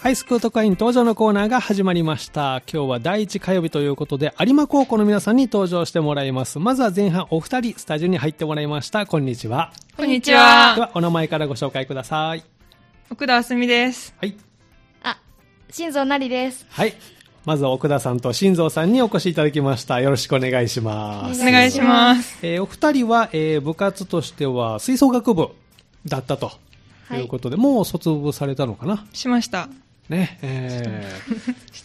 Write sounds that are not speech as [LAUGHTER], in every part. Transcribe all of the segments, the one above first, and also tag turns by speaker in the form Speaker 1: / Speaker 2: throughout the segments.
Speaker 1: はい、スクート会員登場のコーナーが始まりました。今日は第1火曜日ということで、有馬高校の皆さんに登場してもらいます。まずは前半お二人、スタジオに入ってもらいました。こんにちは。
Speaker 2: こんにちは
Speaker 1: で。は、お名前からご紹介ください。
Speaker 2: 奥田あすみです。
Speaker 1: はい。
Speaker 3: あ、新蔵なりです。
Speaker 1: はい。まずは奥田さんと新蔵さんにお越しいただきました。よろしくお願いしま
Speaker 2: お
Speaker 1: す。
Speaker 2: 願いします。
Speaker 1: えーお二人は、えー部活としては吹奏楽部だったと
Speaker 3: はい
Speaker 1: いうことで、もう卒業されたのかな
Speaker 2: しました。
Speaker 1: ね、え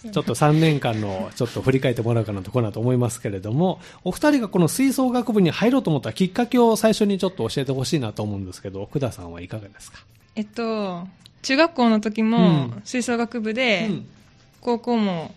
Speaker 1: ーちょっと3年間のちょっと振り返ってもらうかなところだと思いますけれども、お二人がこの吹奏楽部に入ろうと思ったきっかけを最初にちょっと教えてほしいなと思うんですけど、奥田さんはいかがですか、
Speaker 2: えっと、中学校の時も
Speaker 1: うん
Speaker 2: 吹奏楽部で、
Speaker 1: うん
Speaker 2: 高校も、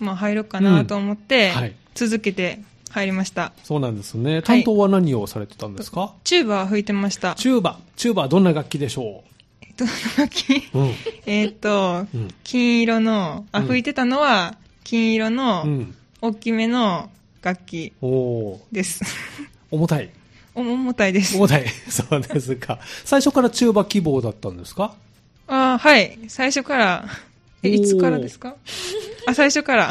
Speaker 2: まあ、入ろうかなと思って、
Speaker 1: うんはい
Speaker 2: 続けて入りました。
Speaker 1: そうなんですね。担当は何をされてたんですか、
Speaker 2: チューバー吹いてました。
Speaker 1: チューバ。チューバはどんな楽器でしょ
Speaker 2: えっと、楽器
Speaker 1: ううん。
Speaker 2: えっと [LAUGHS]
Speaker 1: うん、
Speaker 2: 金色の、あ、
Speaker 1: うん
Speaker 2: 吹いてたのは、金色
Speaker 1: う
Speaker 2: の、
Speaker 1: ん。
Speaker 2: 大きめの楽器
Speaker 1: おおー [LAUGHS]
Speaker 2: です。
Speaker 1: 重たい。
Speaker 2: お重たいです。
Speaker 1: 重たい。 [LAUGHS] そうですか。最初からチューバ希望だったんですか
Speaker 2: あはい。最初から、え、
Speaker 1: おー
Speaker 2: いつからですかあ、最初から。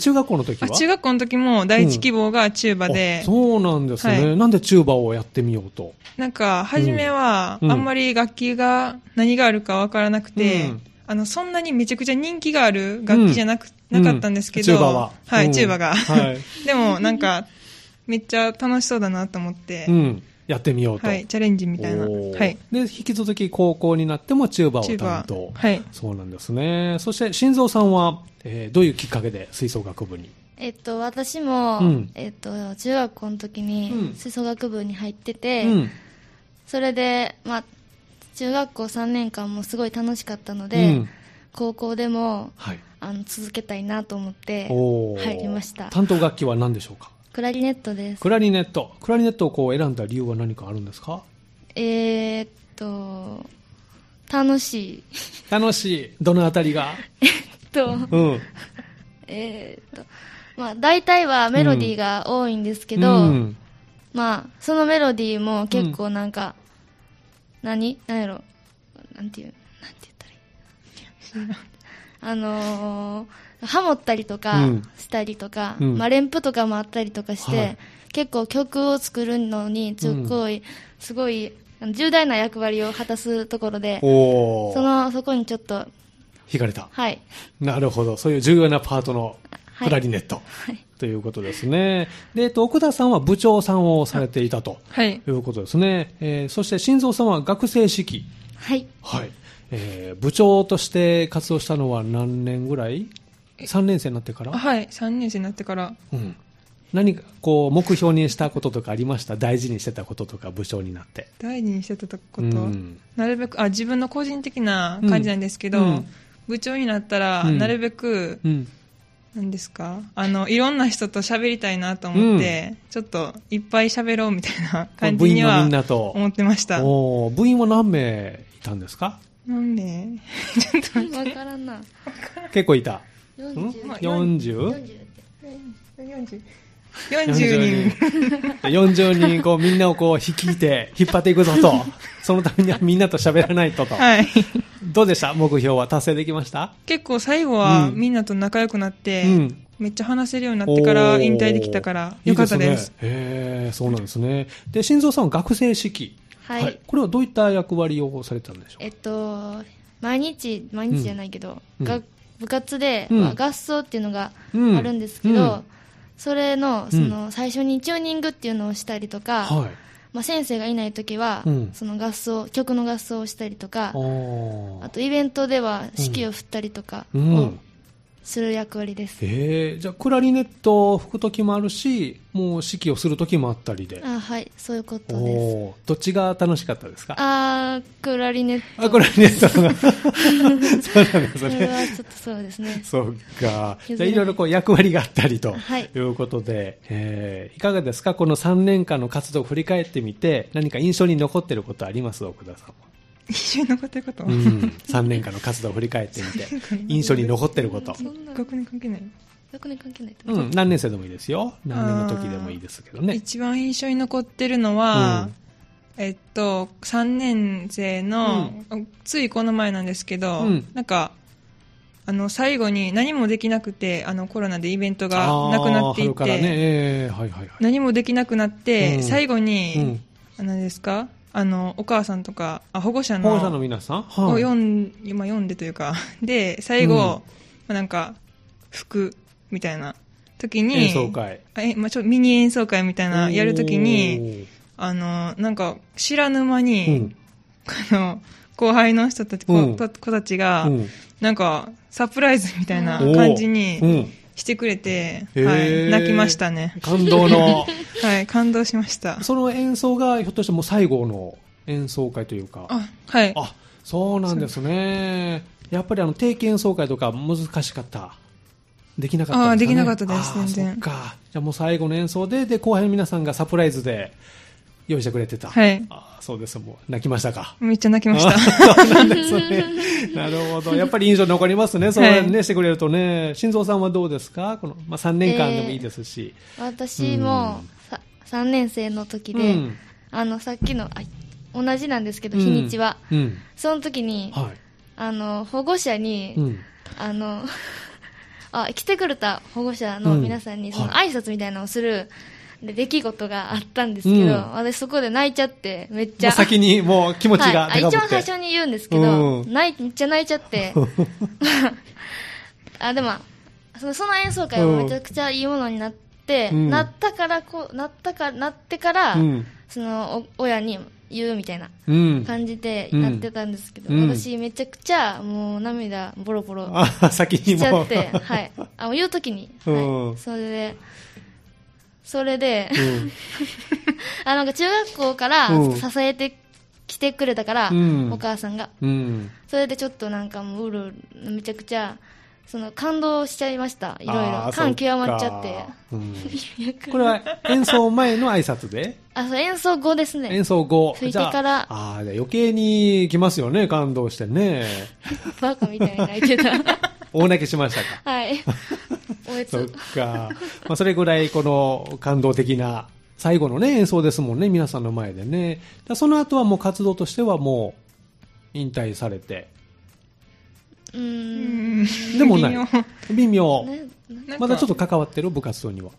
Speaker 1: 中学校の時
Speaker 2: あ
Speaker 1: は
Speaker 2: 中学校の時も第一希望がチューバで
Speaker 1: あ、そうなんですね、
Speaker 2: はい
Speaker 1: なんでチューバをやってみようと。
Speaker 2: なんか初めは
Speaker 1: うん
Speaker 2: あんまり楽器が何があるかわからなくて、
Speaker 1: うん
Speaker 2: あのそんなにめちゃくちゃ人気がある楽器じゃなく、なかったんですけど、
Speaker 1: うんチューバは。
Speaker 2: はい、
Speaker 1: うん
Speaker 2: チューバが、 [LAUGHS]
Speaker 1: はい。
Speaker 2: でもなんかめっちゃ楽しそうだなと思って、
Speaker 1: うん。やってみようと。
Speaker 2: はい、チャレンジみたいな、は
Speaker 1: おー
Speaker 2: い、
Speaker 1: で、引き続き高校になってもチューバを
Speaker 2: チュー
Speaker 1: 担
Speaker 2: バ
Speaker 1: 当。
Speaker 2: はい
Speaker 1: そうなんですね。そして、新蔵さんは、えーどういうきっかけで吹奏楽部に
Speaker 3: えっと、私も、
Speaker 1: うん
Speaker 3: えっと、中学校の時
Speaker 1: うん
Speaker 3: に吹奏楽部に入ってて、
Speaker 1: うん。
Speaker 3: それで、まあ、中学校3年間もすごい楽しかったの
Speaker 1: う
Speaker 3: で、
Speaker 1: ん
Speaker 3: 高校でも
Speaker 1: はい。
Speaker 3: あの続けたいなと思って
Speaker 1: おー
Speaker 3: 入りました。
Speaker 1: 担当楽器は何でしょうか
Speaker 3: クラリネットです
Speaker 1: ク。ラリネット。クラリネットをこう選んだ理由は何かあるんですか
Speaker 3: えーっと、楽しい。
Speaker 1: 楽しい。どのあたり
Speaker 3: [LAUGHS]
Speaker 1: が
Speaker 3: と、
Speaker 1: うん。
Speaker 3: えーっと、まあ、大体はメロディーが多いんですけど、
Speaker 1: うん
Speaker 3: まあ、そのメロディーも結構なんか、何何やろなんていう、なんて言ったらいい
Speaker 1: [LAUGHS]
Speaker 3: あのー、ハモったりとか
Speaker 1: うん
Speaker 3: したりとか、
Speaker 1: うん
Speaker 3: まあ、連符とかもあったりとかして、
Speaker 1: はい
Speaker 3: 結構曲を作るのに、すごい、すごい、あの重大な役割を果たすところで、
Speaker 1: おー
Speaker 3: その、そこにちょっと、
Speaker 1: 引かれた。
Speaker 3: はい、
Speaker 1: なるほど。そういう重要なパートの
Speaker 3: はい
Speaker 1: クラリネット。ということですね。で、えっと、奥田さんは部長さんをされていたと
Speaker 2: はい
Speaker 1: いうことですね。えーそして、新蔵さんは学生式。
Speaker 3: はい、
Speaker 1: はい。えー部長として活動したのは何年ぐらい ?3 年生になってから
Speaker 2: あはい3年生になってから
Speaker 1: うん。何か、こう、目標にしたこととかありました大事にしてたこととか、部長になって。
Speaker 2: 第二にしてたこと、
Speaker 1: うん
Speaker 2: なるべくあ自分の個人的な感じなんですけど、
Speaker 1: うんうん
Speaker 2: 部長になったら、
Speaker 1: うん
Speaker 2: なるべく
Speaker 1: うん。
Speaker 2: なんですかあのいろんな人と喋りたいなと思って、ちょっといっぱい喋ろうみたいな感じ
Speaker 1: 部員
Speaker 2: に
Speaker 1: のみ
Speaker 2: は
Speaker 1: んなと。
Speaker 2: 思ってました
Speaker 1: おー部員は何名いたんですか
Speaker 2: なんで
Speaker 3: わからんな。
Speaker 1: 結構いた。ん
Speaker 3: 40、
Speaker 1: 40?
Speaker 3: 40
Speaker 2: 40,
Speaker 1: 40人。
Speaker 2: 人
Speaker 1: 40人、こう、みんなをこう、引いて、引っ張っていくぞと。そのためにはみんなと喋らないとと。
Speaker 2: はい
Speaker 1: どうでした目標は達成できました
Speaker 2: 結構最後は
Speaker 1: うん
Speaker 2: みんなと仲良くなって、
Speaker 1: うん
Speaker 2: めっちゃ話せるようになってから引退できたからよかったです
Speaker 1: いいねへえ、そうなんですね。で、新蔵さんは学生式。
Speaker 3: はい
Speaker 1: これはどういった役割をされてたんでしょう
Speaker 3: えっと、毎日、毎日じゃないけど、
Speaker 1: うん
Speaker 3: が部活で、
Speaker 1: うん
Speaker 3: まあ合奏っていうのが
Speaker 1: うん
Speaker 3: あるんですけど、
Speaker 1: うん
Speaker 3: それのその、最初にチューニングっていうのをしたりとか、
Speaker 1: はい。
Speaker 3: まあ、先生がいない時は、
Speaker 1: うん
Speaker 3: その合奏曲の合奏をしたりと
Speaker 1: あ
Speaker 3: かあ
Speaker 1: あ。
Speaker 3: とイベントでは指揮を振ったりとか
Speaker 1: うん。
Speaker 3: する役割です、
Speaker 1: へえ、じゃあ、クラリネットを吹く時もあるし、もう指揮をする時もあったりで。
Speaker 3: あはいそういうことです
Speaker 1: おーどっちが楽しかったですか
Speaker 3: あークラリネット
Speaker 1: あ、これね、そうなんそうなんです
Speaker 3: それ
Speaker 1: ね。
Speaker 3: はちょっとそうです
Speaker 1: [LAUGHS]
Speaker 3: ね
Speaker 1: そうか。
Speaker 3: 譲
Speaker 1: じゃあ、
Speaker 3: れない
Speaker 1: いろいろこう役割があったりと
Speaker 3: はい
Speaker 1: いうことで、えーいかがですかこの3年間の活動を振り返ってみて、何か印象に残ってることあります奥田さんは。
Speaker 2: [LAUGHS] 一緒に残ってること、 [LAUGHS]
Speaker 1: うん。3年間の活動を振り返ってみて、印象に
Speaker 2: [LAUGHS]
Speaker 1: 残ってること。
Speaker 3: そんな
Speaker 2: 学年関係ない、
Speaker 3: 学年関係ないと
Speaker 1: うん。何年生でもいいですよ。何年の時でもいいですけどね。
Speaker 2: 一番印象に残ってるのは、えっと、3年生の、ついこの前なんですけど、
Speaker 1: うん
Speaker 2: なんか、あの最後に何もできなくてあのコロナでイベントがなくなってい
Speaker 1: あー春
Speaker 2: て、
Speaker 1: からね、えーはいはいはい。
Speaker 2: 何もできなくなって、
Speaker 1: うん
Speaker 2: 最後
Speaker 1: う
Speaker 2: に
Speaker 1: ん、
Speaker 2: あ何ですかあのお母さんとかあ保護者
Speaker 1: 保
Speaker 2: の
Speaker 1: 護者の皆さん、
Speaker 2: を
Speaker 1: はい
Speaker 2: 読ん今読んでというか [LAUGHS] で最後、
Speaker 1: うん
Speaker 2: まあなんか服みたいな時に
Speaker 1: 演奏会。
Speaker 2: あえ、まあ、ちょミニ演奏会みたいなやるときにあのなんか知らぬ間
Speaker 1: お
Speaker 2: に、
Speaker 1: ー、
Speaker 2: あの後輩の人たち、子
Speaker 1: うん
Speaker 2: 子子たちが、
Speaker 1: うんうん
Speaker 2: なんかサプライズみたいな
Speaker 1: おー
Speaker 2: 感じに
Speaker 1: うん
Speaker 2: してくれて、
Speaker 1: へー
Speaker 2: はい、泣きましたね、
Speaker 1: 感動の、 [LAUGHS]
Speaker 2: はい、感動しました
Speaker 1: その演奏がひょっとしてもう最後の演奏会というか、
Speaker 2: あはい
Speaker 1: あそうなんですね、やっぱりあの定期演奏会とか難しかった、できなかった
Speaker 2: あー
Speaker 1: すね
Speaker 2: できなかったです
Speaker 1: あー
Speaker 2: 全然
Speaker 1: そっかじゃあもう最後の演奏で、で後輩の皆さんがサプライズで用意してくれてた、
Speaker 2: はい
Speaker 1: あーそうです、もう泣きましたか。
Speaker 2: めっちゃ泣きました [LAUGHS]
Speaker 1: あそうなんですね。なるほど。やっぱり印象に残りますね。そうね、
Speaker 2: は
Speaker 1: してくれるとね。心臓さんはどうですかこの、まあ、3年間でもいいですし。う
Speaker 3: 私も
Speaker 1: ん
Speaker 3: さ3年生の時で、
Speaker 1: うん
Speaker 3: あのさっきのあ同じなんですけど日にちは、
Speaker 1: うんうん
Speaker 3: その時に
Speaker 1: は
Speaker 3: あの保護者に、
Speaker 1: い。うん。
Speaker 3: あの [LAUGHS] あ来てくれた保護者の皆さん
Speaker 1: う
Speaker 3: に
Speaker 1: ん
Speaker 3: その挨拶みたいなのをする、で出来事があったんですけど、
Speaker 1: うん
Speaker 3: 私そこで泣いちゃってめっち
Speaker 1: もう
Speaker 3: ゃ
Speaker 1: 先にもう気持ちが
Speaker 3: はい、
Speaker 1: 高ぶ
Speaker 3: あ一
Speaker 1: って。
Speaker 3: 番最初に言うんですけど、
Speaker 1: うん
Speaker 3: 泣いめっちゃ泣いち
Speaker 1: [LAUGHS]
Speaker 3: ゃって、あでもそのその演奏会はめちゃくちゃいいものになって、
Speaker 1: うん
Speaker 3: なったからこうなったかなってから、
Speaker 1: うん。
Speaker 3: そのお親に言うみたいな
Speaker 1: うん。
Speaker 3: 感じで
Speaker 1: うん
Speaker 3: やってたんですけど、
Speaker 1: うん
Speaker 3: 私めちゃくちゃもう涙ボロボロ
Speaker 1: [LAUGHS] あ、先に
Speaker 3: しち
Speaker 1: も
Speaker 3: ゃっ
Speaker 1: う。
Speaker 3: て、はい、あもう言う時に、はい
Speaker 1: うん
Speaker 3: それでそれで、
Speaker 1: うん。
Speaker 3: あなんか中学校から
Speaker 1: うん
Speaker 3: 支えてきてくれたから、
Speaker 1: うん
Speaker 3: お母さんが。 [LAUGHS]
Speaker 1: うん。
Speaker 3: それでちょっとなんかもううるうるめちゃくちゃその感動しちゃいましたいろい
Speaker 1: あ
Speaker 3: ろ
Speaker 1: ー
Speaker 3: 感極まっちゃっ。
Speaker 1: そ
Speaker 3: て
Speaker 1: かうんこれは演奏前の挨拶で
Speaker 3: あそう演奏後ですね
Speaker 1: 演奏後。
Speaker 3: 吹いて
Speaker 1: じゃあ
Speaker 3: から
Speaker 1: ああ、じゃあ余計に来ますよね。感動してね。
Speaker 3: バカみたいに泣いて
Speaker 1: [LAUGHS]
Speaker 3: た
Speaker 1: 大泣きしましたか
Speaker 3: はいおえ
Speaker 1: そっ
Speaker 3: つ
Speaker 1: か。まあ、それぐらいこの感動的な最後のね、演奏ですもんね、皆さんの前でね。だその後はもう活動としてはもう引退されて。
Speaker 3: う
Speaker 2: う
Speaker 3: ーん
Speaker 2: ん
Speaker 1: でもない
Speaker 2: 微妙
Speaker 1: 微妙。
Speaker 3: ねな
Speaker 2: なんか
Speaker 1: まだちょっと関わってる部活動には。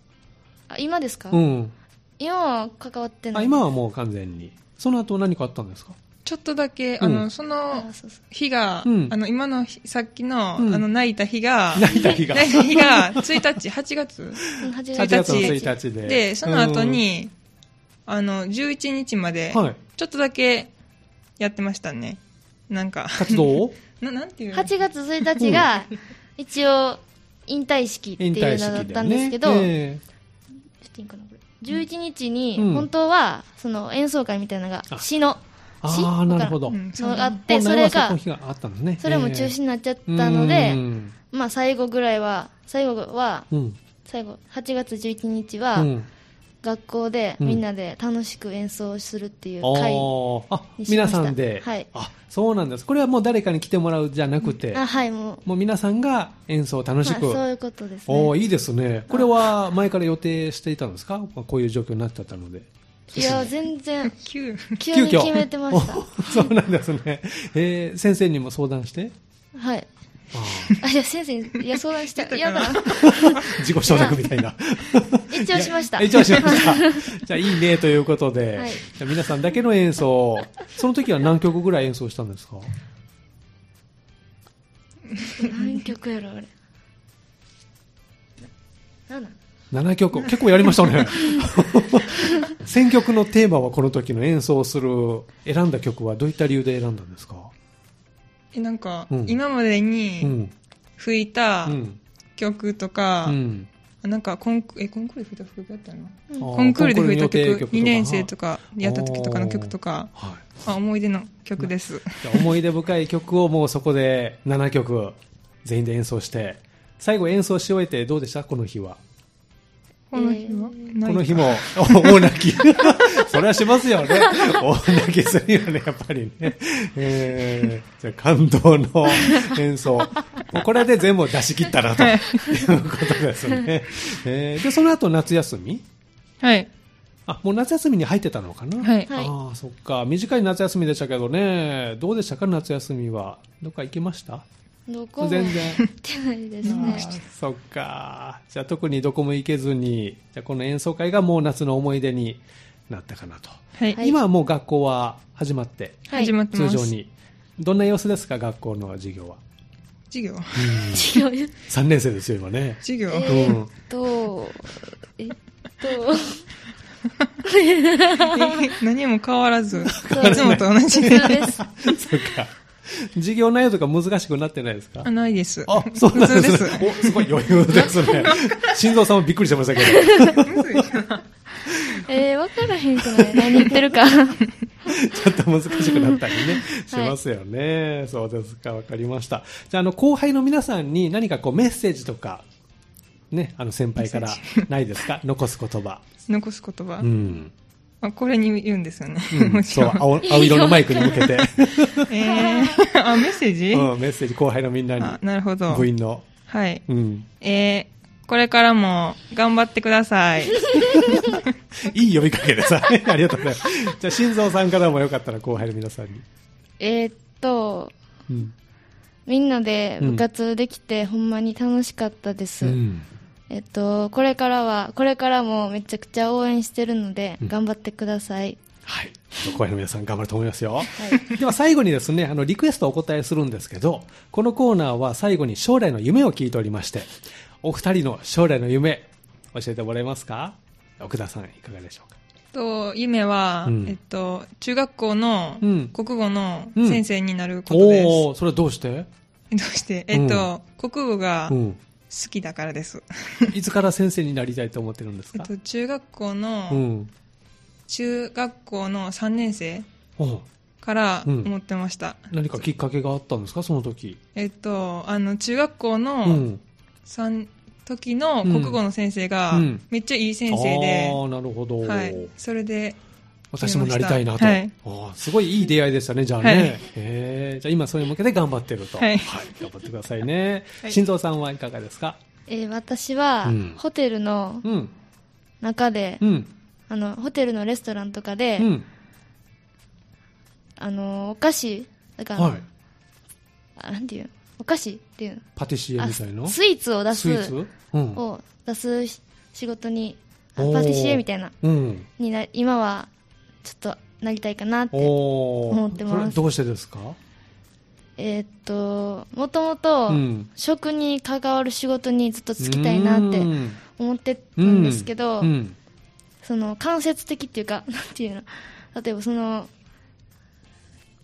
Speaker 3: あ今ですか、
Speaker 1: うん。
Speaker 3: 今は関わってな
Speaker 1: あ、
Speaker 3: い
Speaker 1: 今はもう完全に。その後何かあったんですか
Speaker 2: ちょっとだけ、
Speaker 1: うん
Speaker 2: あのその
Speaker 3: あそうそう
Speaker 2: 日が、
Speaker 1: うん
Speaker 2: あの今の日さっきの,、
Speaker 1: うん
Speaker 2: あの泣いた日が
Speaker 1: 泣いた日が。
Speaker 2: 泣いた日が1日8月
Speaker 3: うん8
Speaker 1: 8月の1日で。
Speaker 2: でその後に、あの11日まで、
Speaker 1: うん、はい。
Speaker 2: ちょっとだけやってましたねな
Speaker 3: [LAUGHS]
Speaker 2: んか
Speaker 1: 活動を
Speaker 2: ななんていう
Speaker 3: 8月1日が一応引退式ってい
Speaker 1: 引
Speaker 3: うの
Speaker 1: 退
Speaker 3: だ
Speaker 1: 式
Speaker 3: っ
Speaker 1: で、ね。
Speaker 3: たんですけど、
Speaker 1: え
Speaker 3: ちょっといいかなこれ11日に
Speaker 1: うん
Speaker 3: 本当はその演奏会みたいなのが
Speaker 1: あ
Speaker 3: 詩の
Speaker 1: えああ、なるほど。
Speaker 2: うん
Speaker 3: のがあって
Speaker 1: 本
Speaker 3: そ
Speaker 1: 来
Speaker 3: れ
Speaker 1: はそこ
Speaker 3: が
Speaker 1: の日があったんですね。
Speaker 3: それも中
Speaker 1: え
Speaker 3: 止になっちゃっ
Speaker 1: え
Speaker 3: たので、
Speaker 1: うん
Speaker 3: まあ最後ぐらいは、最後は、
Speaker 1: うん。
Speaker 3: 最後、8月11日
Speaker 1: う
Speaker 3: は、
Speaker 1: ん
Speaker 3: 学校で
Speaker 1: うん
Speaker 3: みんなで楽しく演奏するっていう
Speaker 1: あ
Speaker 3: 会。
Speaker 1: ーあ
Speaker 3: にしま
Speaker 1: 皆
Speaker 3: した
Speaker 1: さんで、
Speaker 3: はい
Speaker 1: あそうなんですこれはもう誰かに来てもらうじゃなくて、
Speaker 3: あ、はい、もう、
Speaker 1: もう皆さんが演奏を楽しく、
Speaker 3: まあそういうことです
Speaker 1: おー
Speaker 3: ね。
Speaker 1: いいですねこれは前から予定していたんですかこういう状況になっちゃったので
Speaker 3: いや、
Speaker 1: [LAUGHS]
Speaker 3: 全然、
Speaker 2: 9
Speaker 3: 急に決めてました
Speaker 1: お。そうなんですね、えー先生にも相談して
Speaker 3: はい。
Speaker 1: あ
Speaker 3: あ、いや、先生に、いや、相談した。
Speaker 2: 出たかない
Speaker 3: やだ。
Speaker 1: ー自己承諾みたいな
Speaker 3: 一応しました。
Speaker 1: 一応しました [LAUGHS] じゃあいいねということで、
Speaker 3: はい
Speaker 1: じゃあ皆さんだけの演奏その時は何曲ぐらい演奏したんですか
Speaker 3: 何曲やろ、あれ。なな
Speaker 1: 7曲結構やりましたね選曲のテーマはこの時の演奏する選んだ曲はどういった理由で選んだんですか、
Speaker 2: えなんか、
Speaker 1: うん
Speaker 2: 今まで
Speaker 1: う
Speaker 2: に
Speaker 1: ん
Speaker 2: 吹いた
Speaker 1: うん
Speaker 2: 曲とか、
Speaker 1: うん
Speaker 2: なんかコンクえコンクールで吹いた曲やったの
Speaker 3: うん
Speaker 1: あ
Speaker 2: コンクールで吹いた
Speaker 1: コンクールに予定曲
Speaker 2: 曲
Speaker 1: とか
Speaker 2: 2年生とかやった時とかの曲とか
Speaker 1: はい、
Speaker 2: あ思い出の曲です
Speaker 1: じゃあ思い出深い曲をもうそこで7曲全員で演奏して最後演奏し終えてどうでしたこの日は
Speaker 2: この日は、な
Speaker 1: こ
Speaker 2: いか
Speaker 1: の日も [LAUGHS] 大泣きそれはしますよね大泣きするよねやっぱりね、えー、じゃあ感動の演奏もうこれで全部出し切ったなということですね、えーでその後夏休み
Speaker 2: はい
Speaker 1: あもう夏休みに入ってたのかな、
Speaker 2: はい
Speaker 3: はい
Speaker 1: ああそっか短い夏休みでしたけどねどうでしたか夏休みはどっか行きました
Speaker 3: どこも
Speaker 1: 全
Speaker 3: 行っ
Speaker 1: 然。
Speaker 3: てないです
Speaker 2: あ
Speaker 3: ね
Speaker 2: ー
Speaker 1: [LAUGHS] そっか。じゃあ特にどこも行けずに、じゃあこの演奏会がもう夏の思い出になったかなと。
Speaker 2: はい、
Speaker 3: はい
Speaker 1: 今はもう学校は始まって、
Speaker 3: はい
Speaker 2: 始まって
Speaker 1: 通
Speaker 2: ます
Speaker 1: 常に。どんな様子ですか、学校の授業は。
Speaker 2: 授業
Speaker 3: 違うよ
Speaker 1: 3年生ですよ、今ね。
Speaker 2: 授業、
Speaker 3: えーっとえっと
Speaker 2: [LAUGHS] 何も変わらずい
Speaker 3: 変わらない
Speaker 2: つもと同
Speaker 1: [LAUGHS]
Speaker 2: じ
Speaker 3: 普通です
Speaker 1: そっか。授業内容とか難しくなってないですか
Speaker 2: あないです
Speaker 1: あ、そうなんですね。 [LAUGHS]
Speaker 2: 普通
Speaker 1: お、すごい余裕です
Speaker 2: [LAUGHS]
Speaker 1: ね。心臓さんもびっくりしてましたけど。
Speaker 2: むずいな
Speaker 3: えー、分からへんくない何言って
Speaker 1: [LAUGHS]
Speaker 3: るか
Speaker 1: ちょっと難しくなったりね、しますよね。そうですか、わかりました。じゃあ、あの、後輩の皆さんに何かこうメッセージとか、ね、あの先輩からないですか残す言葉。
Speaker 2: 残す言葉、
Speaker 1: うん。
Speaker 2: あこれに言うんですよね、
Speaker 1: う
Speaker 2: [LAUGHS] も
Speaker 1: ん、
Speaker 2: ち
Speaker 1: そう
Speaker 2: ろん、
Speaker 1: 青青色のマイクに向けて、
Speaker 2: えー、 [LAUGHS] あメッセージ、
Speaker 1: うん、メッセージ後輩のみんなに
Speaker 2: あ、なるほど
Speaker 1: 部員の。
Speaker 2: はい
Speaker 1: うん。
Speaker 2: えー、これからも頑張ってください [LAUGHS]
Speaker 1: いい呼びかけでさ、ありがとうございます。じゃあ、心臓さんからもよかったら後輩の皆さんに。
Speaker 3: えーっと
Speaker 1: うん。
Speaker 3: みんなで部活できて、ほんまに楽しかったです、
Speaker 1: うん
Speaker 3: えっとこれからはこれからもめちゃくちゃ応援してるので、
Speaker 1: うん
Speaker 3: 頑張ってください
Speaker 1: はい。後輩の皆さん頑張ると思いますよ。
Speaker 3: はい
Speaker 1: [LAUGHS] では最後にですね、あの、リクエストをお答えするんですけど、このコーナーは最後に将来の夢を聞いておりまして、お二人の将来の夢、教えてもらえますか奥田さん、いかがでしょうか
Speaker 2: と夢は、
Speaker 1: うん
Speaker 2: えっと、中学校の
Speaker 1: うん
Speaker 2: 国語の先生になることです、
Speaker 1: おー、それはどうして
Speaker 2: どうしてえっと、国語が
Speaker 1: う
Speaker 2: 好
Speaker 1: ん。
Speaker 2: きだからです、
Speaker 1: いつから先生になりたいと思ってるんです
Speaker 2: えっ
Speaker 1: か
Speaker 2: と、中学校の、
Speaker 1: うん。
Speaker 2: 中学校の3年生
Speaker 1: お
Speaker 2: から
Speaker 1: うん
Speaker 2: 思ってました、
Speaker 1: 何かきっかけがあったんですかその時。
Speaker 2: えっとあの中学校
Speaker 1: う
Speaker 2: の
Speaker 1: ん。
Speaker 2: 3時の国語の先生が
Speaker 1: うん
Speaker 2: めっちゃいい先生で、
Speaker 1: ああ、なるほど。
Speaker 2: はい、それで
Speaker 1: 私もなりたいなと、
Speaker 2: はい
Speaker 1: あーすごいいい出会いでしたね、じゃあね、
Speaker 2: はい
Speaker 1: へーじゃあ今、それに向けて頑張ってると、
Speaker 2: はい
Speaker 1: 頑張ってくださいね、
Speaker 2: はい
Speaker 1: 新藤さんはいかがですか、
Speaker 3: [LAUGHS] えー私は、
Speaker 1: うん
Speaker 3: ホテルの
Speaker 1: うん、
Speaker 3: 中で、
Speaker 1: うん、
Speaker 3: あのホテルのレストランとかで、
Speaker 1: うん、
Speaker 3: あのお菓子だから、
Speaker 1: はい、
Speaker 3: あなんていうのお菓子っていうの
Speaker 1: パティシエ
Speaker 3: あ
Speaker 1: みたいな、
Speaker 3: スイーツを出
Speaker 1: スイー
Speaker 3: す
Speaker 1: ツ、うん、
Speaker 3: を出す仕事にあ
Speaker 1: おー
Speaker 3: パティシエみたいな
Speaker 1: うん、
Speaker 3: にな今はちょっとなりたいかなって
Speaker 1: お
Speaker 3: 思
Speaker 1: お、
Speaker 3: ってます
Speaker 1: それどうしてですか、
Speaker 3: えーっともともと
Speaker 1: うん
Speaker 3: 食に関わる仕事にずっと就きたいなって
Speaker 1: うん
Speaker 3: 思ってたんですけど、
Speaker 1: うん
Speaker 3: その間接的っていうか [LAUGHS] なんていうの例えばその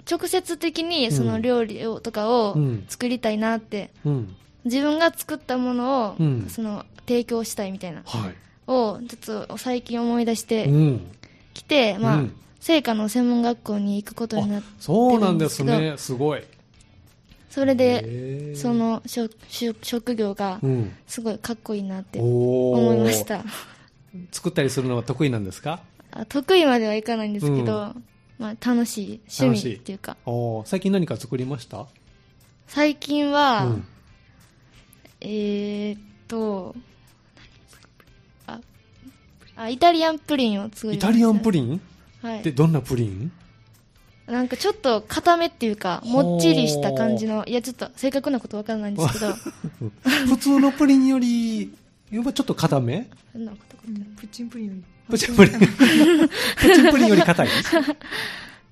Speaker 3: 直接的にその料理をとかを
Speaker 1: うん
Speaker 3: 作りたいなって、
Speaker 1: うん、
Speaker 3: 自分が作ったものを
Speaker 1: うん
Speaker 3: その提供したいみたいな、
Speaker 1: はい、
Speaker 3: をちょっと最近思い出し
Speaker 1: う
Speaker 3: て
Speaker 1: ん、
Speaker 3: きて、まあ
Speaker 1: うん
Speaker 3: 成果の専門学校に行くことになっ
Speaker 1: あ
Speaker 3: て
Speaker 1: そうなんです
Speaker 3: 出て
Speaker 1: ね、すごい、
Speaker 3: それで
Speaker 1: へー
Speaker 3: そ、の職職職業が
Speaker 1: うん、
Speaker 3: すごいかっこいいなって
Speaker 1: 思
Speaker 3: 思いまし、た
Speaker 1: 作ったりするのは得意なんですか
Speaker 3: あ得意まではいかないんですけど、
Speaker 1: う
Speaker 3: まあ、楽しい趣味っていうか
Speaker 1: おー最近何か作りました
Speaker 3: 最近は、
Speaker 1: うん
Speaker 3: えー、っとああイタリアンプリンを作
Speaker 1: イ
Speaker 3: りました
Speaker 1: タリアンプリン
Speaker 3: ン、は
Speaker 1: って
Speaker 3: い、
Speaker 1: どんなプリン
Speaker 3: なんかちょっと固めっていうかもっちりした感じのいやちょっと正確なことわからないんですけ
Speaker 1: [LAUGHS]
Speaker 3: ど
Speaker 1: 普通のプリンより、やっぱちょっと硬
Speaker 2: [LAUGHS]
Speaker 1: め
Speaker 3: そんなことか
Speaker 2: プチンプリンより
Speaker 1: プチンプリン。
Speaker 2: [LAUGHS]
Speaker 1: プチンプリンより硬い。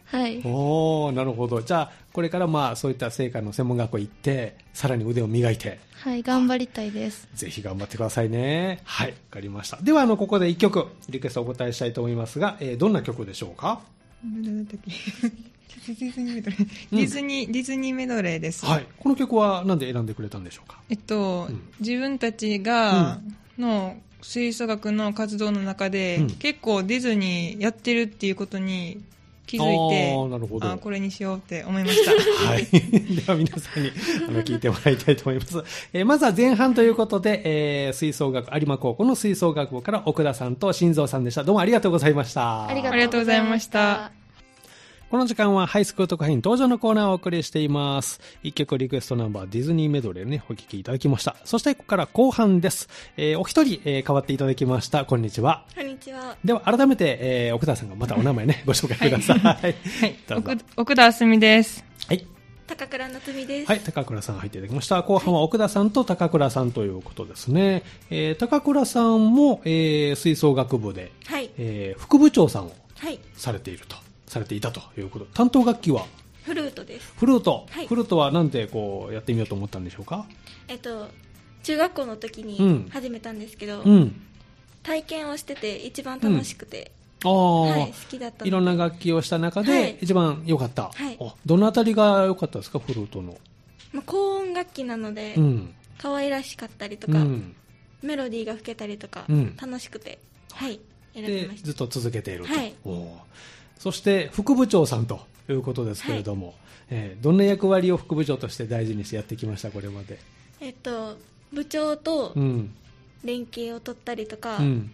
Speaker 3: はい
Speaker 1: おーなるほど。じゃあ、これからまあ、そういった成果の専門学校行って、さらに腕を磨いて、
Speaker 3: はい頑張りたいです
Speaker 1: ぜひ頑張ってくださいね。はい、わかりました。では、あの、ここで一曲、リクエストお答えしたいと思いますが、えーどんな曲でしょうか
Speaker 2: 何だったっけ [LAUGHS] ディズニーメドレーディズニー、ディズニーメドレーです、
Speaker 1: はい。この曲はなんで選んでくれたんでしょうか
Speaker 2: えっと、
Speaker 1: うん
Speaker 2: 自分たちがの吹奏楽の活動の中で、
Speaker 1: うん
Speaker 2: 結構ディズニーやってるっていうことに気づ
Speaker 1: あー
Speaker 2: い
Speaker 1: なるほ
Speaker 2: て
Speaker 1: ど
Speaker 2: あこれにしようって思いま
Speaker 1: [LAUGHS]
Speaker 2: した
Speaker 1: はい。では皆さんにあの聞いてもらいたいと思います。えーまずは前半ということで、えー吹奏楽、有馬高校の吹奏楽部から奥田さんと新蔵さんでした。どうもありがとうございました。
Speaker 3: あり
Speaker 2: あり
Speaker 3: が
Speaker 2: が
Speaker 3: と
Speaker 2: と
Speaker 3: うござ
Speaker 2: うござ
Speaker 3: い
Speaker 2: い
Speaker 3: ま
Speaker 2: ま
Speaker 3: し
Speaker 2: したた
Speaker 1: この時間はハイスクール特派員登場のコーナーをお送りしています。一曲リクエストナンバーディズニーメドレーね、お聴きいただきました。そしてここから後半です。えーお一人、えー代わっていただきました。こんにちは。
Speaker 4: こんにちは。
Speaker 1: では改めて、えー奥田さんがまたお名前ね、ご紹介ください。はい。
Speaker 2: はい
Speaker 1: どうぞ
Speaker 2: 奥奥田あすみです
Speaker 1: はい。
Speaker 4: 高倉夏美です。
Speaker 1: はい、高倉さん入っていただきました。後半は奥田さんと高倉さんということですね。えー高倉さんも、えー吹奏楽部で、
Speaker 4: はい。
Speaker 1: えー副部長さんを
Speaker 4: はい。
Speaker 1: されていると、されていたということ。担当楽器は
Speaker 4: フルートです。
Speaker 1: フルート。
Speaker 4: はい
Speaker 1: フルートはなんてこうやってみようと思ったんでしょうか
Speaker 4: えっと、中学校の時
Speaker 1: うん
Speaker 4: に始めたんですけど、
Speaker 1: うん。
Speaker 4: 体験をしてて一番楽しくて、
Speaker 1: ああ、
Speaker 4: はい、好きだったので
Speaker 1: いろんな楽器をした中
Speaker 4: は
Speaker 1: で
Speaker 4: い
Speaker 1: 一番良かった、
Speaker 4: はい
Speaker 1: おどのあたりが良かったですかフルートの、
Speaker 4: まあ、高音楽器なので、
Speaker 1: うん
Speaker 4: 可愛らしかったりと
Speaker 1: う
Speaker 4: か、
Speaker 1: ん、
Speaker 4: メロディーが吹けたりとか、
Speaker 1: うん
Speaker 4: 楽しくて、はい、選び
Speaker 1: で
Speaker 4: まし
Speaker 1: ずっと続けていると、
Speaker 4: はい
Speaker 1: おーそして副部長さんということですけれども、えーどんな役割を副部長として大事にしてやってきましたこれまで、
Speaker 4: た。えっと、部長と
Speaker 1: うん
Speaker 4: 連携を取ったりとか、
Speaker 1: うん、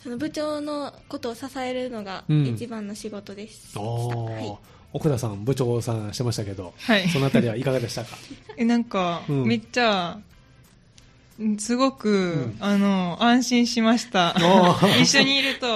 Speaker 4: その部長のことを支えるのが
Speaker 1: うん
Speaker 4: 一番の仕事です。
Speaker 1: あ
Speaker 4: は
Speaker 1: ー奥田さん部長さんしてましたけど
Speaker 2: はい
Speaker 1: そのあたりはいかがでしたか
Speaker 2: えなんか、
Speaker 1: うん
Speaker 2: めっちゃんすごく、
Speaker 1: うん
Speaker 2: あの安心しました
Speaker 1: おー
Speaker 2: [LAUGHS] 一緒にいると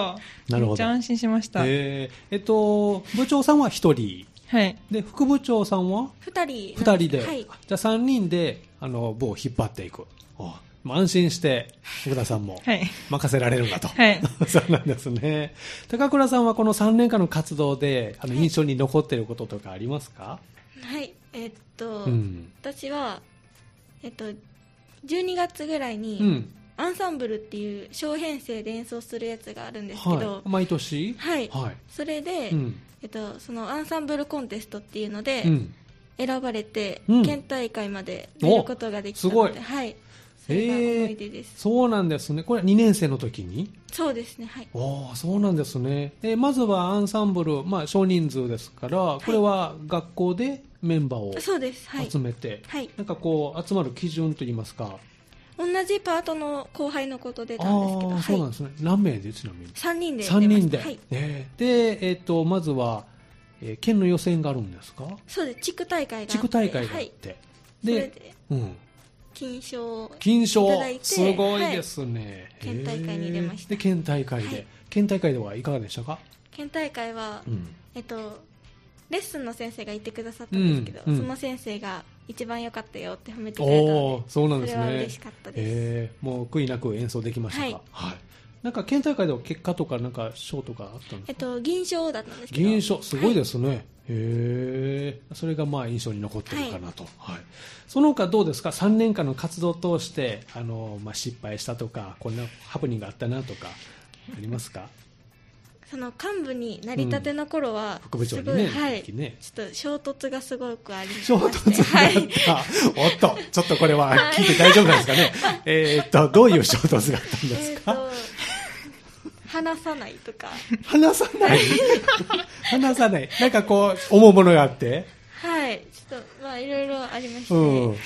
Speaker 1: なる
Speaker 2: め
Speaker 1: ほ
Speaker 2: っち
Speaker 1: ど
Speaker 2: ゃ安心しました、
Speaker 1: [LAUGHS] えーえっと部長さんは一人
Speaker 2: はい
Speaker 1: で副部長さんは
Speaker 4: 二人な
Speaker 1: 2人
Speaker 4: ん
Speaker 1: で、
Speaker 4: はい
Speaker 1: じゃ、あ3人であの部を引っ張っていくおまあ安心して奥田さんも
Speaker 2: はい
Speaker 1: 任せられるんだと、
Speaker 2: はい
Speaker 1: [LAUGHS] そうなんですね高倉さんはこの3年間の活動であの印象に残っていることとかありますか、
Speaker 4: はい、えっと、
Speaker 1: うん
Speaker 4: 私は、えっと、12月ぐらいうに、
Speaker 1: ん
Speaker 4: アンサンブルっていう小編成で演奏するやつがあるんですけど
Speaker 1: は、い、毎年
Speaker 4: はい
Speaker 1: はい
Speaker 4: それで、
Speaker 1: うん
Speaker 4: えっと、そのアンサンブルコンテストっていうので
Speaker 1: うん
Speaker 4: 選ばれて、
Speaker 1: うん
Speaker 4: 県大会まで出ることができた
Speaker 1: おすご
Speaker 4: ので、
Speaker 1: い
Speaker 4: はい、それが
Speaker 1: え
Speaker 4: 思い出
Speaker 1: ー
Speaker 4: です、
Speaker 1: そうなんですねこれは2年生の時に
Speaker 4: そうですねはい
Speaker 1: おーそうなんですねえーまずはアンサンブル、まあ、少人数ですからこれは学校でメンバーを
Speaker 4: そうですはい
Speaker 1: 集めて、
Speaker 4: はい
Speaker 1: なんかこう集まる基準といいますか
Speaker 4: 同じパートの後輩のこと出た
Speaker 1: ああ
Speaker 4: んですけど、
Speaker 1: ーそうな
Speaker 4: は
Speaker 1: ん
Speaker 4: い、
Speaker 1: ですね何名でちなみに
Speaker 4: 3人で出ま
Speaker 1: 3人
Speaker 4: した
Speaker 1: で、
Speaker 4: はい、
Speaker 1: えーで、えっとまずは、えー県の予選があるんですか
Speaker 4: そうです地区大会があって
Speaker 1: 地区大会があ
Speaker 4: は
Speaker 1: っ
Speaker 4: い、
Speaker 1: て、
Speaker 4: それ
Speaker 1: で
Speaker 4: で
Speaker 1: うん、
Speaker 4: 金賞を
Speaker 1: 金
Speaker 4: い
Speaker 1: 賞
Speaker 4: ただいて
Speaker 1: すごいですね、
Speaker 4: はい県大会に出ました
Speaker 1: えーで県大会で、
Speaker 4: はい
Speaker 1: 県大会ではいかがでしたか、
Speaker 4: 県大会は、
Speaker 1: うん
Speaker 4: えっとレッスンの先生がいてくださったんですけど、
Speaker 1: うんうん
Speaker 4: その先生が一番良かったよって褒めてくれた
Speaker 1: お
Speaker 4: の
Speaker 1: おそうなん
Speaker 4: で
Speaker 1: です
Speaker 4: それは
Speaker 1: ね
Speaker 4: 嬉しかったです、
Speaker 1: えーもう悔いなく演奏できましたか、
Speaker 4: は
Speaker 1: はいいなんか県大会では結果とかなんか賞とかあったんですか
Speaker 4: えっと、銀賞だったんですけど
Speaker 1: 銀賞すごいですね、へえそれがまあ印象に残ってるかなと、はいその他どうですか3年間の活動を通してあの、まあ、失敗したとかこんなハプニングがあったなとかありますか
Speaker 4: その幹部になりたての頃は、
Speaker 1: 副部長
Speaker 4: す
Speaker 1: に
Speaker 4: ごい、
Speaker 1: ね
Speaker 4: は
Speaker 1: なった
Speaker 4: い、
Speaker 1: 時ね
Speaker 4: ちょっと衝突がすごくありまして
Speaker 1: 衝突
Speaker 4: はい
Speaker 1: になった、おっとちょっとこれは聞いて大丈夫なんですかね、 [LAUGHS] えーっとどういう衝突があったんです
Speaker 4: えっ、
Speaker 1: か、
Speaker 4: と話さないとか
Speaker 1: [LAUGHS] 話さない話さないなんかこう思うものがあって
Speaker 4: はいちょっとまあいろいろありまして、
Speaker 1: うん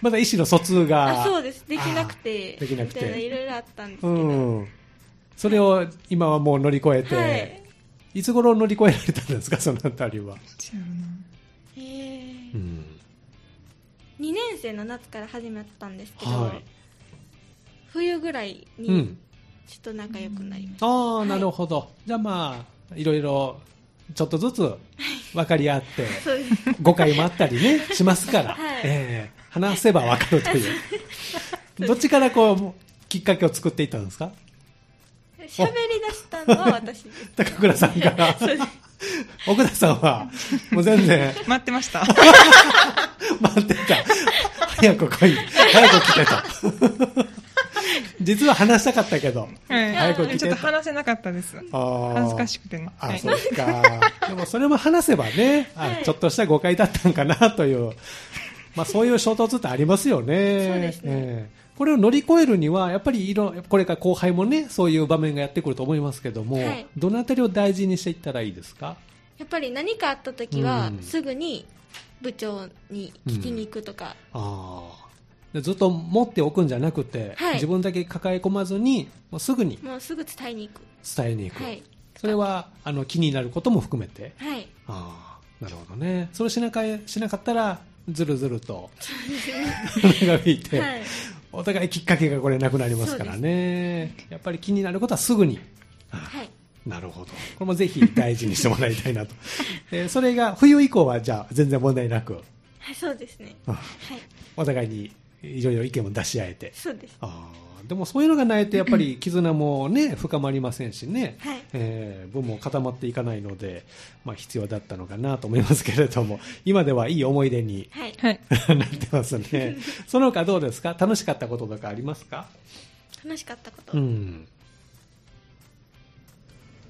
Speaker 1: まだ意思の疎通が
Speaker 4: あそうですできなくて
Speaker 1: あーできなくて
Speaker 4: みたいないろいろあったんですけ
Speaker 1: う
Speaker 4: ど、
Speaker 1: ん、それを今はもう乗り越えて、
Speaker 4: はい
Speaker 1: い、つ頃乗り越えられたんですか、そ [LAUGHS] のあたりは。
Speaker 2: 違うな
Speaker 4: えー
Speaker 1: うん、
Speaker 4: 2年生の夏から始まったんですけど、
Speaker 1: は
Speaker 4: 冬ぐらい
Speaker 1: い、
Speaker 4: に
Speaker 1: うん、
Speaker 4: ちょっと仲良くなりまし
Speaker 1: ああ、なるほど、じゃあまあ、いろいろちょっとずつ分かり合って、
Speaker 4: た、 [LAUGHS] そうです
Speaker 1: 誤解もあったりね、しますから、
Speaker 4: はい
Speaker 1: ええ話せば分かると
Speaker 4: [LAUGHS]
Speaker 1: いう、どっちからこうきっかけを作っていったんですか、 [LAUGHS]
Speaker 4: 喋り出したのは私です
Speaker 1: 高倉さんから。奥田さんは、もう全然
Speaker 2: 待って
Speaker 1: [LAUGHS]
Speaker 2: ました
Speaker 1: 待ってた。早く来い。早く来てた。実は話したかったけど。
Speaker 2: はい
Speaker 1: 早く来て
Speaker 2: ちょっと話せなかったです恥
Speaker 1: 恥
Speaker 2: ずかしくてね
Speaker 1: あ、
Speaker 2: はい
Speaker 1: そっか。でもそれも話せばね、あ
Speaker 4: はい
Speaker 1: ちょっとした誤解だったんかなという。まあそういう衝突ってありますよね。
Speaker 4: そうですね
Speaker 1: ええこれを乗り越えるには、やっぱりいろ、これから後輩もね、そういう場面がやってくると思いますけども、
Speaker 4: はい
Speaker 1: どのあたりを大事にしていったらいいですか
Speaker 4: やっぱり何かあった時は、
Speaker 1: うん
Speaker 4: すぐに部長に聞きに行くとか、
Speaker 1: ああ。でずっと持っておくんじゃなくて、
Speaker 4: はい
Speaker 1: 自分だけ抱え込まずに、もうすぐに
Speaker 4: もうすぐ伝えに行
Speaker 1: 伝えに行
Speaker 4: く
Speaker 1: く。
Speaker 4: はい
Speaker 1: それは、あの、気になることも含めて。
Speaker 4: はい
Speaker 1: ああ、なるほどね。それしなかしなかったら、ずるずると、 [LAUGHS] 長引いて、
Speaker 4: はい
Speaker 1: お互いきっかけがこれなくなりますからね。やっぱり気になることはすぐに、ああ
Speaker 4: はい
Speaker 1: なるほど。これもぜひ大事にしてもらいたい
Speaker 4: [LAUGHS]
Speaker 1: なと。えーそれが冬以降はじゃあ全然問題なく、
Speaker 4: はい、そうですね。
Speaker 1: うん
Speaker 4: はい、
Speaker 1: お互いにいろいろ意見も出し合えて。
Speaker 4: そうです。
Speaker 1: あーでもそういうのがないとやっぱり絆もね、深まりませんしね。
Speaker 4: はい。
Speaker 1: えー、分も固まっていかないので、まあ、必要だったのかなと思いますけれども、 [LAUGHS] 今ではいい思い出に [LAUGHS]
Speaker 4: はい。
Speaker 2: はい。
Speaker 1: なってますね。
Speaker 4: [LAUGHS]
Speaker 1: その他どうですか楽しかったこととかありますか
Speaker 4: 楽しかったこと。
Speaker 1: うん。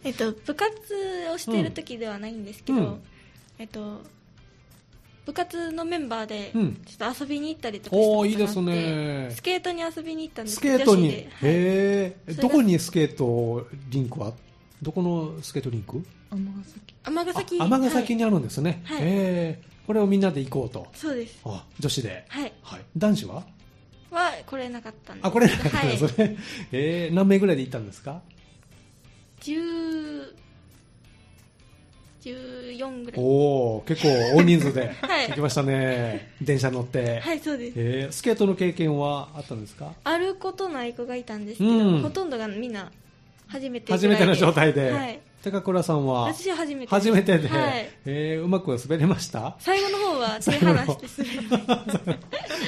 Speaker 4: えっと、部活をしている時ではないんですけど、
Speaker 1: うん
Speaker 4: えっと、部活のメンバーで、
Speaker 1: うん
Speaker 4: ちょっと遊びに行ったりとかしたこと
Speaker 1: お
Speaker 4: があ
Speaker 1: ー、
Speaker 4: って
Speaker 1: いいですね
Speaker 4: ス。ケートに遊びに行ったんです
Speaker 1: スケートに。
Speaker 4: 女子
Speaker 1: へ
Speaker 4: ではい
Speaker 1: え
Speaker 4: それが
Speaker 1: どこにスケートリンクはどこのスケートリンク
Speaker 2: 尼崎。
Speaker 4: 尼
Speaker 1: あ
Speaker 4: 崎
Speaker 1: 尼崎にあるんですね。
Speaker 4: はい
Speaker 1: へえこれをみんなで行こうと
Speaker 4: はい。そうです
Speaker 1: あ、女子で。
Speaker 4: はい
Speaker 1: はい。男子は
Speaker 4: は来れなかったんです
Speaker 1: あ、これ、
Speaker 4: はい
Speaker 1: それ。 [LAUGHS] えー何名ぐらいで行ったんですか
Speaker 4: 10 14ぐらい
Speaker 1: おお結構大人数で
Speaker 4: [LAUGHS] はい
Speaker 1: 行きましたね、電車乗って、
Speaker 4: はいそうです
Speaker 1: えースケートの経験はあったんですか
Speaker 4: あることない子がいたんですけど、
Speaker 1: うん
Speaker 4: ほとんどがみんな初めてぐらい
Speaker 1: 初
Speaker 4: で
Speaker 1: めての状態で、
Speaker 4: はい
Speaker 1: 高倉さんは
Speaker 4: 私は初めて
Speaker 1: 初めてで、
Speaker 4: はい、
Speaker 1: えーうまく滑れました
Speaker 4: [LAUGHS] 最後の方は手離して滑る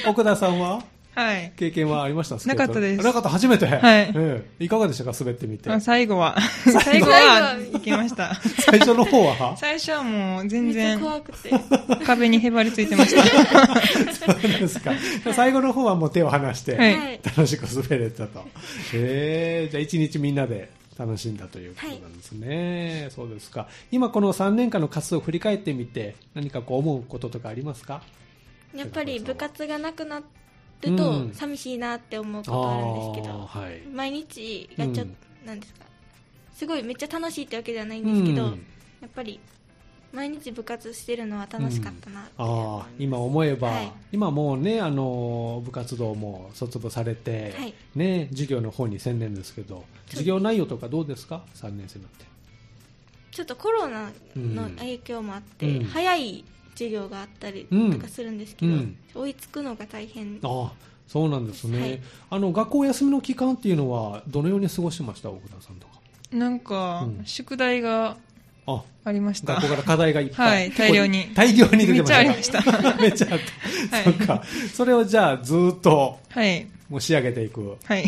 Speaker 1: 奥田さんは
Speaker 2: はい。
Speaker 1: 経験はありましたスケート
Speaker 2: なかったです
Speaker 1: なかった初めて、
Speaker 2: はい
Speaker 1: えーいかがでしたか滑ってみて
Speaker 2: まあ、最後は、
Speaker 1: 最
Speaker 2: 最
Speaker 1: 後
Speaker 2: 後
Speaker 4: は
Speaker 2: は行きました。
Speaker 1: 最初の方
Speaker 2: [LAUGHS]
Speaker 1: は [LAUGHS]
Speaker 2: 最初はもう
Speaker 4: め
Speaker 2: 全
Speaker 4: っちゃ
Speaker 2: 然
Speaker 4: 怖くて
Speaker 2: 壁にへばりついて
Speaker 1: [LAUGHS]
Speaker 2: ました。
Speaker 1: そうですか、最後の方はもう手を離して、
Speaker 2: はい
Speaker 4: はい
Speaker 1: 楽しく滑れたと。へえじゃあ一日みんなで楽しんだということなんですね。そうですか。今この3年間の活動を振り返ってみて、何かこう思うこととかありますか
Speaker 4: やっぱり部活がなくなると
Speaker 1: うん
Speaker 4: 寂しいなって思うことあるんですけど、
Speaker 1: ーはい。
Speaker 4: 毎日がちょっ
Speaker 1: うん
Speaker 4: なんですかすごいめっちゃ楽しいってわけではないんですけど、
Speaker 1: うん
Speaker 4: やっぱり毎日部活してるのは楽しかったなって思
Speaker 1: あ
Speaker 4: います
Speaker 1: ー今思えば、
Speaker 4: はい
Speaker 1: 今もうね、あのー部活動も卒業されて、
Speaker 4: はい
Speaker 1: ね、授業の方に専念ですけど、授業内容とかどうですか ?3 年生になって。
Speaker 4: ちょっとコロナの影響もあって、
Speaker 1: うん
Speaker 4: 早い授業があったりとかするんですけど、
Speaker 1: うんうん
Speaker 4: 追いつくのが大変
Speaker 1: ああそうなんですね、
Speaker 4: はい
Speaker 1: あの学校休みの期間っていうのはどのように過ごしました奥田さんとか
Speaker 2: なんか
Speaker 1: うん、
Speaker 2: 宿題が
Speaker 1: あ
Speaker 2: ありました
Speaker 1: 学。校から課題がいっぱい、
Speaker 2: はい大量に
Speaker 1: 結構大量に出
Speaker 2: め
Speaker 1: て
Speaker 2: っ
Speaker 1: ま
Speaker 2: ちゃありま
Speaker 1: し
Speaker 2: したた。
Speaker 1: か [LAUGHS] めっちゃあった、
Speaker 2: はい
Speaker 1: そっかそれをじゃあずーっと
Speaker 2: はい。
Speaker 1: もう仕上げていく、
Speaker 2: はい。
Speaker 1: うん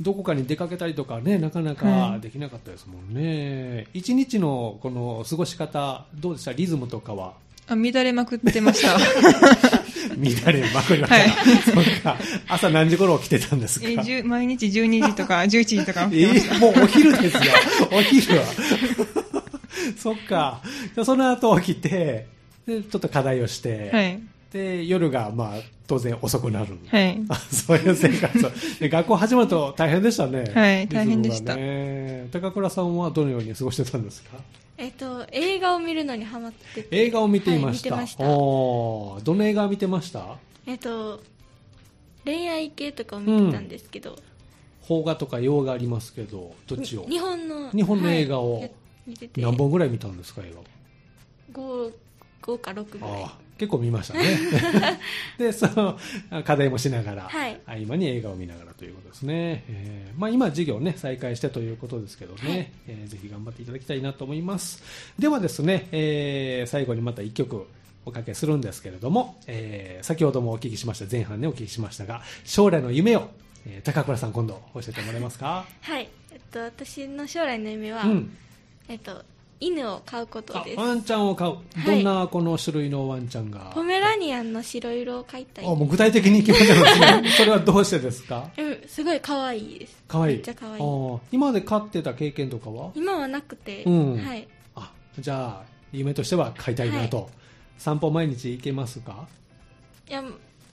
Speaker 1: どこかに出かけたりとかねなかな
Speaker 2: は
Speaker 1: か
Speaker 2: い
Speaker 1: できなかったですもんね、一日のこの過ごし方どうでしたリズムとかは [LAUGHS]
Speaker 2: あ、乱れまくってました。
Speaker 1: 乱れまくりました、
Speaker 2: はい
Speaker 1: そっか朝何時頃起きてたんです
Speaker 2: え
Speaker 1: か
Speaker 2: ーじゅう毎日12時と
Speaker 1: [LAUGHS]
Speaker 2: か11時とか起きてま
Speaker 1: え
Speaker 2: した。
Speaker 1: ー、もうお昼ですよ。 [LAUGHS] お昼は。 [LAUGHS] そっか。じゃあその後起きて、で、ちょっと課題をして、
Speaker 2: はい。
Speaker 1: で、夜が、まあ、当然遅くなる。
Speaker 2: はい。
Speaker 1: あ [LAUGHS] そういう生活。で、学校始まると大変でしたね。
Speaker 2: はい大変でした
Speaker 1: リズムがね高倉さんはどのように過ごしてたんですか
Speaker 4: えっと映画を見るのにハマってて
Speaker 1: 映画を見ていました。
Speaker 4: はい見てました
Speaker 1: おーどの映画見てました
Speaker 4: えっと恋愛系とかを見てたんですけど、
Speaker 1: 邦画とか洋画ありますけど、どっちを
Speaker 4: に日本の
Speaker 1: 日本の映画を
Speaker 4: はいや見てて
Speaker 1: 何本ぐらい見たんですか、映画を。
Speaker 4: 5, 5か6ぐらい
Speaker 1: ああ結構見ました
Speaker 4: [LAUGHS]
Speaker 1: ねでその課題もしながら、
Speaker 4: はい
Speaker 1: 合間に映画を見ながらということですね、えーまあ、今授業ね再開してということですけどね、
Speaker 4: はい
Speaker 1: えーぜひ頑張っていただきたいなと思いますではですね、えー最後にまた1曲おかけするんですけれども、えー先ほどもお聞きしました前半ねお聞きしましたが将来の夢を、えー高倉さん今度教えてもらえますか
Speaker 4: はいえっと私の将来の夢は、
Speaker 1: うん
Speaker 4: えっと犬を飼うこと
Speaker 1: あ
Speaker 4: です
Speaker 1: ワンちゃんを飼う、
Speaker 4: い
Speaker 1: どんなこの種類のワンちゃんが
Speaker 4: ポメラニアンの白色を飼いたい
Speaker 1: あもう具体的に決めてるん
Speaker 4: [LAUGHS]
Speaker 1: ですねそれはどうしてですか
Speaker 4: うんすごい可愛いです
Speaker 1: 可愛い
Speaker 4: めっちゃ可愛い
Speaker 1: あー今まで飼ってた経験とかは
Speaker 4: 今はなくて、
Speaker 1: うん
Speaker 4: はい
Speaker 1: あじゃあ夢としては飼いたいなと、散歩毎日行けますか
Speaker 4: いや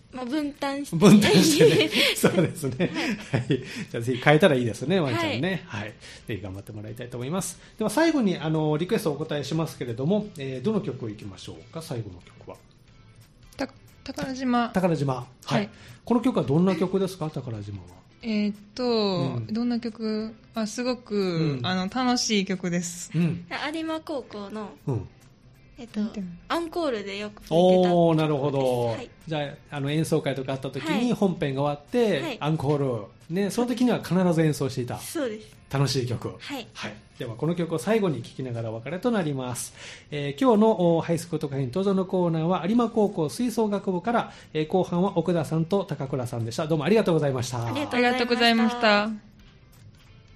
Speaker 4: まあ分担して
Speaker 1: 分担して
Speaker 4: [LAUGHS]
Speaker 1: ね [LAUGHS] そうですね、はい、じゃあぜひ飼えたらいいですねワンちゃんね、はいぜひ頑張ってもらいたいと思いますでは最後にあのリクエストお答えしますけれども、えーどの曲いきましょうか最後の曲は
Speaker 2: た宝島、
Speaker 1: 宝島はい、
Speaker 2: はい
Speaker 1: この曲はどんな曲ですか宝島は
Speaker 2: えーっと、
Speaker 1: うん
Speaker 2: どんな曲あ、すごく、
Speaker 1: うん
Speaker 2: あの、楽しい曲です。
Speaker 1: うん
Speaker 4: 有馬高校の
Speaker 1: うん
Speaker 4: えっと
Speaker 2: なんていうの、
Speaker 4: アンコールでよく吹いてた。
Speaker 1: おおなるほど、
Speaker 4: はい
Speaker 1: じゃああの演奏会とかあった時
Speaker 4: はい
Speaker 1: に本編が終わって、
Speaker 4: はい
Speaker 1: アンコール、ね、その時には必ず演奏していた
Speaker 4: そうです。
Speaker 1: 楽しい曲、
Speaker 4: はい。
Speaker 1: はい、ではこの曲を最後に聴きながらお別れとなります、えー今日のおハイスクート会員登場のコーナーは有馬高校吹奏楽部から、えー後半は奥田さんと高倉さんでしたどうもありがとうございました
Speaker 4: ありがとうござい
Speaker 2: あ
Speaker 4: ました
Speaker 2: りがとうございました。